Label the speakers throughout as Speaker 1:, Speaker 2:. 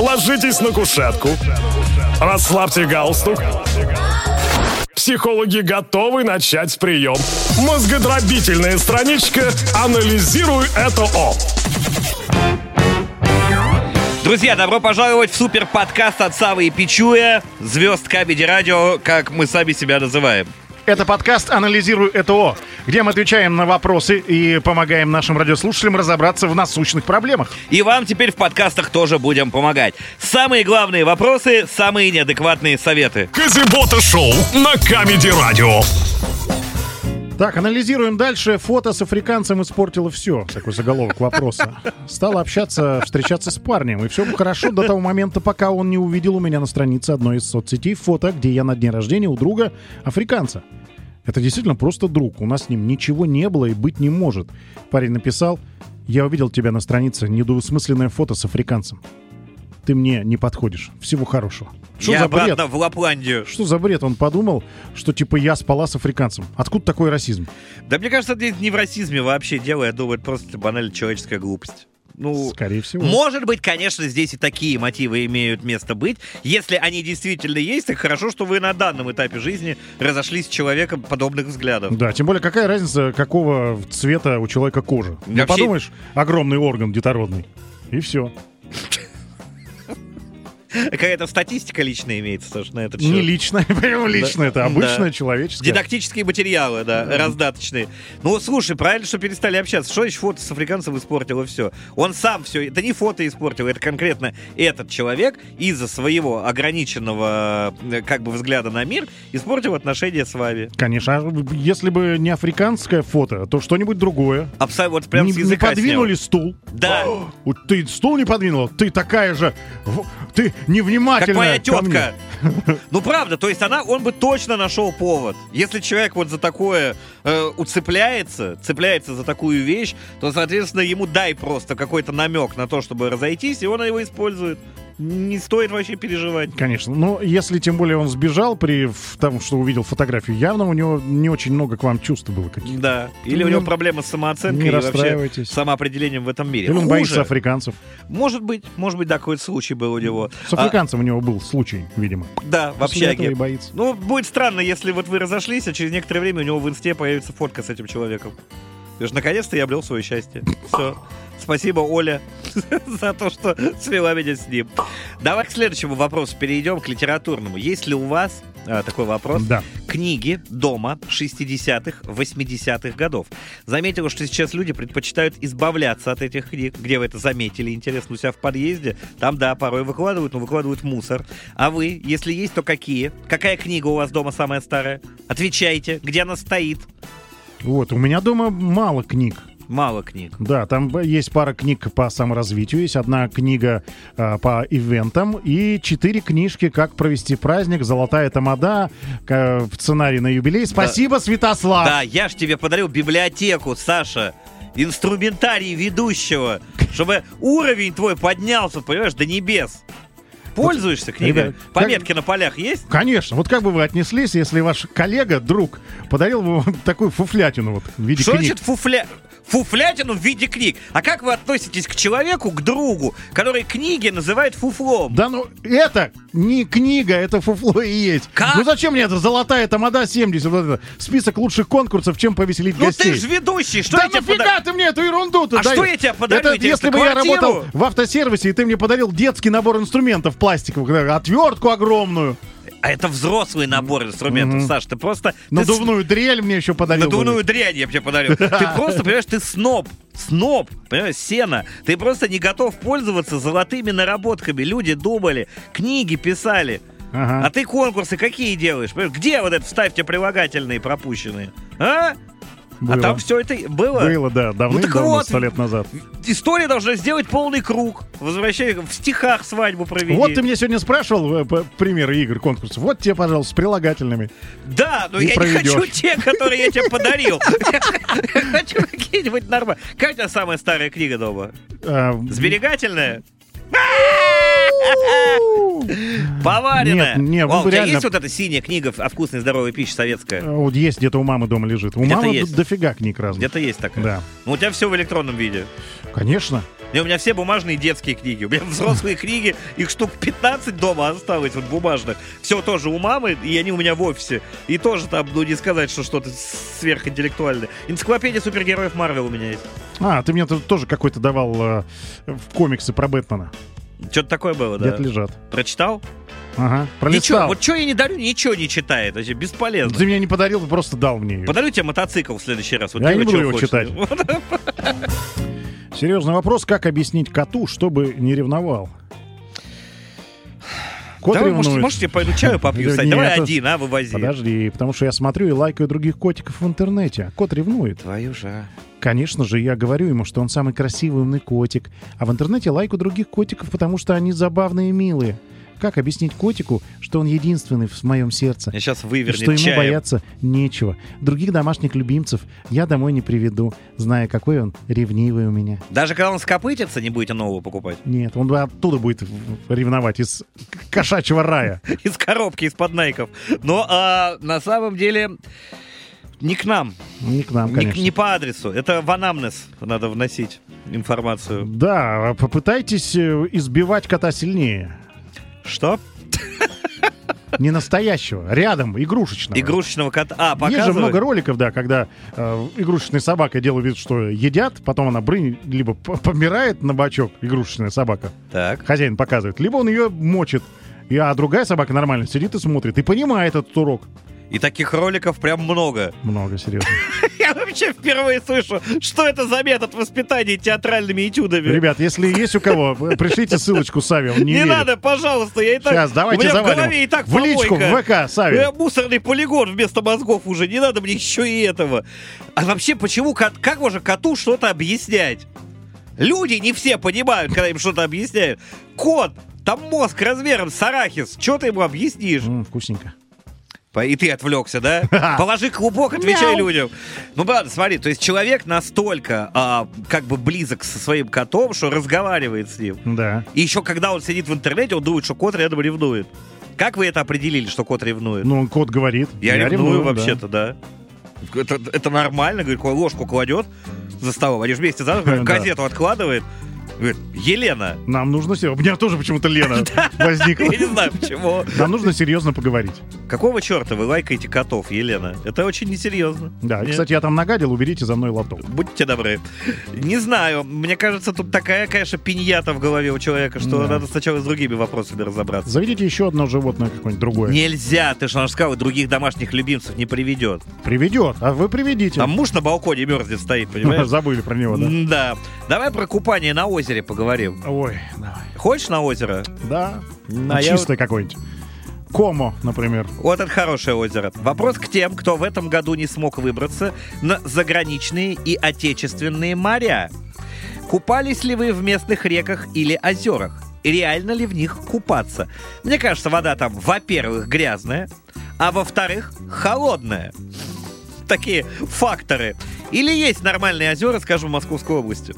Speaker 1: Ложитесь на кушетку. Расслабьте галстук. Психологи готовы начать прием. Мозгодробительная страничка «Анализируй это О».
Speaker 2: Друзья, добро пожаловать в супер подкаст от Савы и Пичуя, звезд Кабеди Радио, как мы сами себя называем.
Speaker 3: Это подкаст «Анализирую ЭТО», где мы отвечаем на вопросы и помогаем нашим радиослушателям разобраться в насущных проблемах.
Speaker 2: И вам теперь в подкастах тоже будем помогать. Самые главные вопросы, самые неадекватные советы.
Speaker 1: Казибота Шоу на Камеди Радио.
Speaker 3: Так, анализируем дальше. Фото с африканцем испортило все. Такой заголовок вопроса. Стала общаться, встречаться с парнем. И все хорошо до того момента, пока он не увидел у меня на странице одной из соцсетей фото, где я на дне рождения у друга африканца. Это действительно просто друг. У нас с ним ничего не было и быть не может. Парень написал, я увидел тебя на странице, недвусмысленное фото с африканцем. Ты мне не подходишь. Всего хорошего. Что
Speaker 2: Я
Speaker 3: за бред?
Speaker 2: обратно в Лапландию.
Speaker 3: Что за бред? Он подумал, что типа я спала с африканцем. Откуда такой расизм?
Speaker 2: Да мне кажется, это не в расизме вообще дело, я думаю, это просто банально человеческая глупость. Ну,
Speaker 3: Скорее всего.
Speaker 2: Может быть, конечно, здесь и такие мотивы имеют место быть. Если они действительно есть, так хорошо, что вы на данном этапе жизни разошлись с человеком подобных взглядов.
Speaker 3: Да, тем более какая разница, какого цвета у человека кожа. Ну
Speaker 2: Вообще-
Speaker 3: подумаешь, огромный орган детородный. И все.
Speaker 2: Какая-то статистика личная имеется, Саш, на этот счет.
Speaker 3: Не личное, прям личное, это обычное
Speaker 2: Да.
Speaker 3: человеческое.
Speaker 2: Дидактические материалы, да, раздаточные. Ну, слушай, правильно, что перестали общаться. Что еще фото с африканцем испортило все? Он сам все, это не фото испортил, это конкретно этот человек из-за своего ограниченного, э, как бы, взгляда на мир испортил отношения с вами.
Speaker 3: Конечно, а если бы не африканское фото, то что-нибудь другое.
Speaker 2: Абсолютно, вот прям
Speaker 3: не,
Speaker 2: с
Speaker 3: не
Speaker 2: языка
Speaker 3: подвинули стул.
Speaker 2: снял. Да,
Speaker 3: О, Ты стул не подвинула? Ты такая же... в- Ты
Speaker 2: как
Speaker 3: невнимательная
Speaker 2: моя
Speaker 3: ко мне.
Speaker 2: тетка. Ну, правда, то есть она, он бы точно нашел повод. Если человек вот за такое э, уцепляется, цепляется за такую вещь, то, соответственно, ему дай просто какой-то намек на то, чтобы разойтись, и он его использует. Не стоит вообще переживать.
Speaker 3: Конечно. Но если тем более он сбежал при в- том, что увидел фотографию, явно у него не очень много к вам чувств было каких-то.
Speaker 2: Да. Или у
Speaker 3: Не-
Speaker 2: него проблемы с самооценкой
Speaker 3: Ну, не
Speaker 2: и вообще
Speaker 3: расстраивайтесь.
Speaker 2: самоопределением в этом мире.
Speaker 3: Или он боится
Speaker 2: Хуже.
Speaker 3: африканцев.
Speaker 2: Может быть, может быть, да, какой-то случай был у него.
Speaker 3: С африканцем у него был случай, видимо.
Speaker 2: А, да, А в
Speaker 3: После этого
Speaker 2: общаге.
Speaker 3: и боится.
Speaker 2: Ну, будет странно, если вот вы разошлись, а через некоторое время у него в инсте появится фотка с этим человеком. Потому что наконец-то я обрел свое счастье. Все. Спасибо, Оля, за то, что свела меня с ним. Давай к следующему вопросу перейдем, к литературному. Есть ли у вас а, такой вопрос?
Speaker 3: Да.
Speaker 2: Книги дома 60-х, 80-х годов. Заметила, что сейчас люди предпочитают избавляться от этих книг. Где вы это заметили? Интересно, у себя в подъезде? Там, да, порой выкладывают, но выкладывают мусор. А вы, если есть, то какие? Какая книга у вас дома самая старая? Отвечайте, где она стоит?
Speaker 3: Вот, у меня дома мало книг.
Speaker 2: Мало книг.
Speaker 3: Да, там б- есть пара книг по саморазвитию, есть одна книга а, по ивентам и четыре книжки «Как провести праздник», «Золотая тамада», к- в сценарий на юбилей. Спасибо, Святослав!
Speaker 2: Да, я ж тебе подарил библиотеку, Саша. Инструментарий ведущего, чтобы уровень твой поднялся, понимаешь, до небес. Пользуешься книгой?
Speaker 3: ребят, как-
Speaker 2: Пометки на полях есть?
Speaker 3: Конечно. Вот как бы вы отнеслись, если ваш коллега, друг, подарил бы вам такую фуфлятину вот, в виде
Speaker 2: Что
Speaker 3: книг?
Speaker 2: значит фуфля... фуфлятину в виде книг? А как вы относитесь к человеку, к другу, который книги называет фуфлом?
Speaker 3: Да ну, это не книга, это фуфло и есть.
Speaker 2: Как?
Speaker 3: Ну зачем мне это? Золотая тамада 70. Вот это. Список лучших конкурсов, чем повеселить
Speaker 2: ну
Speaker 3: гостей.
Speaker 2: ты же ведущий, что
Speaker 3: да
Speaker 2: я тебе
Speaker 3: нафига
Speaker 2: пода-
Speaker 3: ты мне эту ерунду
Speaker 2: А что я тебе подарю?
Speaker 3: Это
Speaker 2: Я тебе
Speaker 3: если бы
Speaker 2: что,
Speaker 3: я
Speaker 2: квартиру?
Speaker 3: работал в автосервисе, и ты мне подарил детский набор инструментов пластиковых, да, отвертку огромную,
Speaker 2: А это взрослый набор инструментов, Саш, ты просто... ты с-
Speaker 3: надувную дрель мне еще подарил. бы.
Speaker 2: Надувную дрянь я бы тебе подарил. Ты просто, понимаешь, ты сноб. Сноб, понимаешь, сено. Ты просто не готов пользоваться золотыми наработками. Люди думали, книги писали.
Speaker 3: Ага.
Speaker 2: А ты конкурсы какие делаешь? Понимаешь, Где вот это вставьте прилагательные пропущенные? А?
Speaker 3: Было.
Speaker 2: А там все это и было.
Speaker 3: Было, да, давно,
Speaker 2: так
Speaker 3: давно,
Speaker 2: вот.
Speaker 3: сто лет назад.
Speaker 2: История должна сделать полный круг. Возвращай в стихах свадьбу проведи.
Speaker 3: Вот ты мне сегодня спрашивал э, п- примеры игр, конкурсов. Вот тебе, пожалуйста, с прилагательными.
Speaker 2: Да, но
Speaker 3: И
Speaker 2: я не
Speaker 3: проведёшь.
Speaker 2: хочу те, которые я тебе подарил. Я хочу какие-нибудь нормальные. Какая у тебя самая старая книга дома?
Speaker 3: А,
Speaker 2: Сберегательная?
Speaker 3: у.
Speaker 2: Поваренная?
Speaker 3: Нет, не,
Speaker 2: О,
Speaker 3: ну,
Speaker 2: у тебя
Speaker 3: реально.
Speaker 2: есть вот эта синяя книга о вкусной здоровой пище советская?
Speaker 3: А, Вот есть, где-то у мамы дома лежит. У
Speaker 2: Где-то
Speaker 3: мамы
Speaker 2: есть.
Speaker 3: дофига книг разных.
Speaker 2: Где-то есть такая.
Speaker 3: Да.
Speaker 2: Ну, у тебя все в электронном виде.
Speaker 3: Конечно.
Speaker 2: Не, У меня все бумажные детские книги. У меня взрослые книги, их штук 15 дома осталось, вот бумажных. Все тоже у мамы, и они у меня в офисе. И тоже там, ну не сказать, что что-то сверхинтеллектуальное. Энциклопедия супергероев Марвел у меня есть.
Speaker 3: А, ты мне тут тоже какой-то давал э, в комиксы про Бэтмена.
Speaker 2: Что-то такое было, да?
Speaker 3: Где-то лежат.
Speaker 2: Прочитал?
Speaker 3: Ага.
Speaker 2: Ничего,
Speaker 3: Пролистал.
Speaker 2: вот что я не дарю, ничего не читает. Вообще бесполезно.
Speaker 3: Ты меня не подарил, ты просто дал мне ее.
Speaker 2: Подарю тебе мотоцикл в следующий раз. Вот
Speaker 3: Я
Speaker 2: Юра,
Speaker 3: не буду
Speaker 2: чего
Speaker 3: его
Speaker 2: хочет?
Speaker 3: читать. Серьезный вопрос, как объяснить коту, чтобы не ревновал? Кот
Speaker 2: Давай,
Speaker 3: ревнует.
Speaker 2: может, можете пойду чаю попью,
Speaker 3: Нет,
Speaker 2: Сань? Давай
Speaker 3: это-
Speaker 2: один, а, вывози.
Speaker 3: Подожди, потому что я смотрю и лайкаю других котиков в интернете. а Кот ревнует.
Speaker 2: Твою же, а.
Speaker 3: Конечно же, я говорю ему, что он самый красивый, умный котик. А в интернете лайку других котиков, потому что они забавные и милые. Как объяснить котику, что он единственный в моем сердце?
Speaker 2: Меня сейчас
Speaker 3: И что
Speaker 2: вывернет
Speaker 3: ему
Speaker 2: чаем.
Speaker 3: бояться нечего. Других домашних любимцев я домой не приведу, зная, какой он ревнивый у меня.
Speaker 2: Даже когда он скопытится, не будете нового покупать.
Speaker 3: Нет, он оттуда будет в- ревновать, из к- кошачьего рая.
Speaker 2: Из коробки, из-под найков. Но а, на самом деле не к нам,
Speaker 3: Не к нам,
Speaker 2: не, к-
Speaker 3: Ну, конечно.
Speaker 2: не по адресу. Это в анамнез надо вносить информацию.
Speaker 3: Да, попытайтесь э, избивать кота сильнее.
Speaker 2: Что?
Speaker 3: Не настоящего, рядом, игрушечного.
Speaker 2: Игрушечного кота. А,
Speaker 3: Есть же много
Speaker 2: показывай.
Speaker 3: роликов, да, когда э, игрушечная собака делает вид, что едят, потом она брынь, либо п- помирает на бачок, игрушечная собака,
Speaker 2: Так.
Speaker 3: хозяин показывает, либо он ее мочит, и, а другая собака нормально сидит и смотрит, и понимает этот урок.
Speaker 2: И таких роликов прям много.
Speaker 3: Много, серьезно.
Speaker 2: Я вообще впервые слышу, что это за метод воспитания театральными этюдами.
Speaker 3: Ребят, если есть у кого, э, пришлите ссылочку Сави, он не
Speaker 2: Не,
Speaker 3: верит.
Speaker 2: надо, пожалуйста, я и так...
Speaker 3: Сейчас,
Speaker 2: у
Speaker 3: давайте
Speaker 2: меня
Speaker 3: завалим.
Speaker 2: в голове и так
Speaker 3: в личку,
Speaker 2: помойка.
Speaker 3: в ВК, Сави.
Speaker 2: Э, Мусорный полигон вместо мозгов уже, не надо мне еще и этого. А вообще, почему, кот- как можно коту что-то объяснять? Люди не все понимают, когда им что-то объясняют. Кот, там мозг размером с арахис, что ты ему объяснишь?
Speaker 3: М, вкусненько.
Speaker 2: По- И ты отвлекся, да? Положи клубок, отвечай людям. Ну ладно, смотри, то есть человек настолько а, как бы близок со своим котом, что разговаривает с ним.
Speaker 3: Да.
Speaker 2: И еще когда он сидит в интернете, он думает, что кот рядом ревнует. Как вы это определили, что кот ревнует?
Speaker 3: Ну, кот говорит. ну,
Speaker 2: я, ревную,
Speaker 3: да.
Speaker 2: вообще-то, да. Это, это нормально, говорит, ложку кладет за столом, они же вместе за руку,
Speaker 3: Да.
Speaker 2: газету откладывает. Говорит, Елена,
Speaker 3: Нам нужно... се- У меня тоже почему-то Лена возникла.
Speaker 2: я не знаю почему.
Speaker 3: Нам нужно серьезно поговорить.
Speaker 2: Какого черта вы лайкаете котов, Елена? Это очень несерьезно.
Speaker 3: Да, и,
Speaker 2: Нет.
Speaker 3: кстати, я там нагадил, уберите за мной лоток.
Speaker 2: Будьте добры. Не знаю, мне кажется, тут такая, конечно, пиньята в голове у человека, что
Speaker 3: Да.
Speaker 2: надо сначала с другими вопросами разобраться.
Speaker 3: Заведите еще одно животное какое-нибудь другое.
Speaker 2: Нельзя, ты же нам же сказал, других домашних любимцев не приведет.
Speaker 3: Приведет, а вы приведите.
Speaker 2: Там муж на балконе мерзнет стоит, понимаешь?
Speaker 3: Забыли про него, да?
Speaker 2: Да. Давай про купание на озере поговорим.
Speaker 3: Ой, давай.
Speaker 2: Хочешь на озеро?
Speaker 3: Да,
Speaker 2: а я
Speaker 3: чистое какое-нибудь. Комо, например.
Speaker 2: Вот это хорошее озеро. Вопрос к тем, кто в этом году не смог выбраться на заграничные и отечественные моря. Купались ли вы в местных реках или озерах? И реально ли в них купаться? Мне кажется, вода там, во-первых, грязная, а во-вторых, холодная. Такие факторы. Или есть нормальные озера, скажем, в Московской области?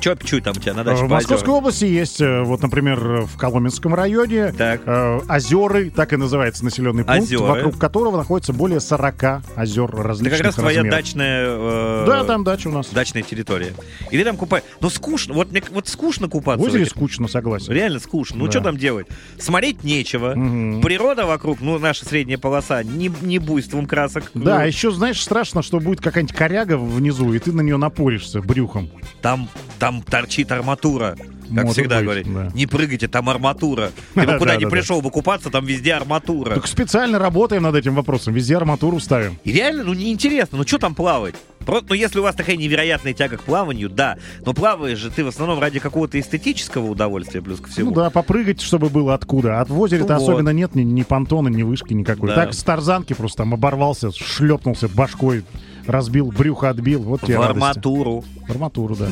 Speaker 2: Чё пчу там у тебя на даче
Speaker 3: Э, В
Speaker 2: по
Speaker 3: Московской
Speaker 2: озерам?
Speaker 3: области есть, э, вот, например, э, в Коломенском районе
Speaker 2: Так.
Speaker 3: э, озеры, так и называется населенный пункт,
Speaker 2: Озеры.
Speaker 3: вокруг которого находится более 40 озер
Speaker 2: Это
Speaker 3: различных
Speaker 2: как раз твоя
Speaker 3: размеров.
Speaker 2: дачная... э,
Speaker 3: Да, там дача у нас.
Speaker 2: дачная территория. И ты там купаешься. Ну, скучно. Вот, мне, вот скучно
Speaker 3: В
Speaker 2: купаться. в
Speaker 3: озере
Speaker 2: этих-
Speaker 3: скучно, согласен.
Speaker 2: Реально скучно. Ну,
Speaker 3: Да.
Speaker 2: что там делать? Смотреть нечего.
Speaker 3: Мгм.
Speaker 2: Природа вокруг, ну, наша средняя полоса, не, не буйством красок.
Speaker 3: Да, а
Speaker 2: Ну,
Speaker 3: еще, знаешь, страшно, что будет какая-нибудь коряга внизу, и ты на нее напоришься брюхом.
Speaker 2: Там, там торчит арматура. Как
Speaker 3: Может
Speaker 2: всегда
Speaker 3: быть,
Speaker 2: говорит.
Speaker 3: да.
Speaker 2: Не прыгайте, там арматура. Ты бы куда ни
Speaker 3: Да-да-да.
Speaker 2: пришел бы купаться, там везде арматура.
Speaker 3: Так специально работаем над этим вопросом, везде арматуру ставим.
Speaker 2: И реально, ну, неинтересно. Ну, что там плавать? Про- ну, если у вас такая невероятная тяга к плаванию, да. Но плаваешь же ты в основном ради какого-то эстетического удовольствия, плюс ко всему.
Speaker 3: Ну да, попрыгать, чтобы было откуда. А в озере-то
Speaker 2: Ну вот.
Speaker 3: особенно нет ни, ни понтона, ни вышки никакой.
Speaker 2: Да.
Speaker 3: Так с тарзанки просто там оборвался, шлепнулся башкой, разбил, брюхо отбил. Вот тебе
Speaker 2: В
Speaker 3: радости.
Speaker 2: арматуру.
Speaker 3: В арматуру, да.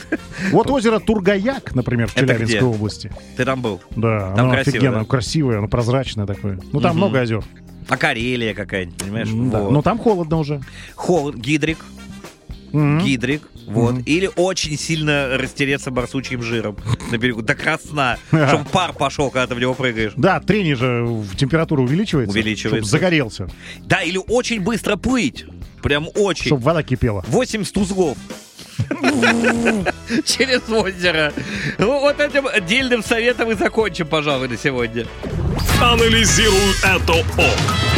Speaker 3: Вот озеро Тургаяк, например, в
Speaker 2: Это
Speaker 3: Челябинской
Speaker 2: где?
Speaker 3: области.
Speaker 2: Ты там был?
Speaker 3: Да,
Speaker 2: Там
Speaker 3: оно
Speaker 2: красиво,
Speaker 3: офигенно,
Speaker 2: да?
Speaker 3: красивое, оно прозрачное такое. Ну там
Speaker 2: Мгм.
Speaker 3: много озер.
Speaker 2: А Карелия какая-нибудь, понимаешь?
Speaker 3: М, да. ну,
Speaker 2: Вот.
Speaker 3: Но там холодно уже.
Speaker 2: Холод, гидрик,
Speaker 3: Мгм.
Speaker 2: гидрик, вот.
Speaker 3: Мгм.
Speaker 2: Или очень сильно растереться барсучьим жиром на берегу, до красна, чтобы пар пошел, когда ты в него прыгаешь.
Speaker 3: Да, трение же в температура увеличивается.
Speaker 2: Увеличивается.
Speaker 3: Чтобы загорелся,
Speaker 2: Да, или очень быстро плыть, прям очень.
Speaker 3: чтобы вода кипела.
Speaker 2: 8 стузлов. через озеро. Ну, вот этим дельным советом и закончим, пожалуй, на сегодня.
Speaker 1: Анализируй это О.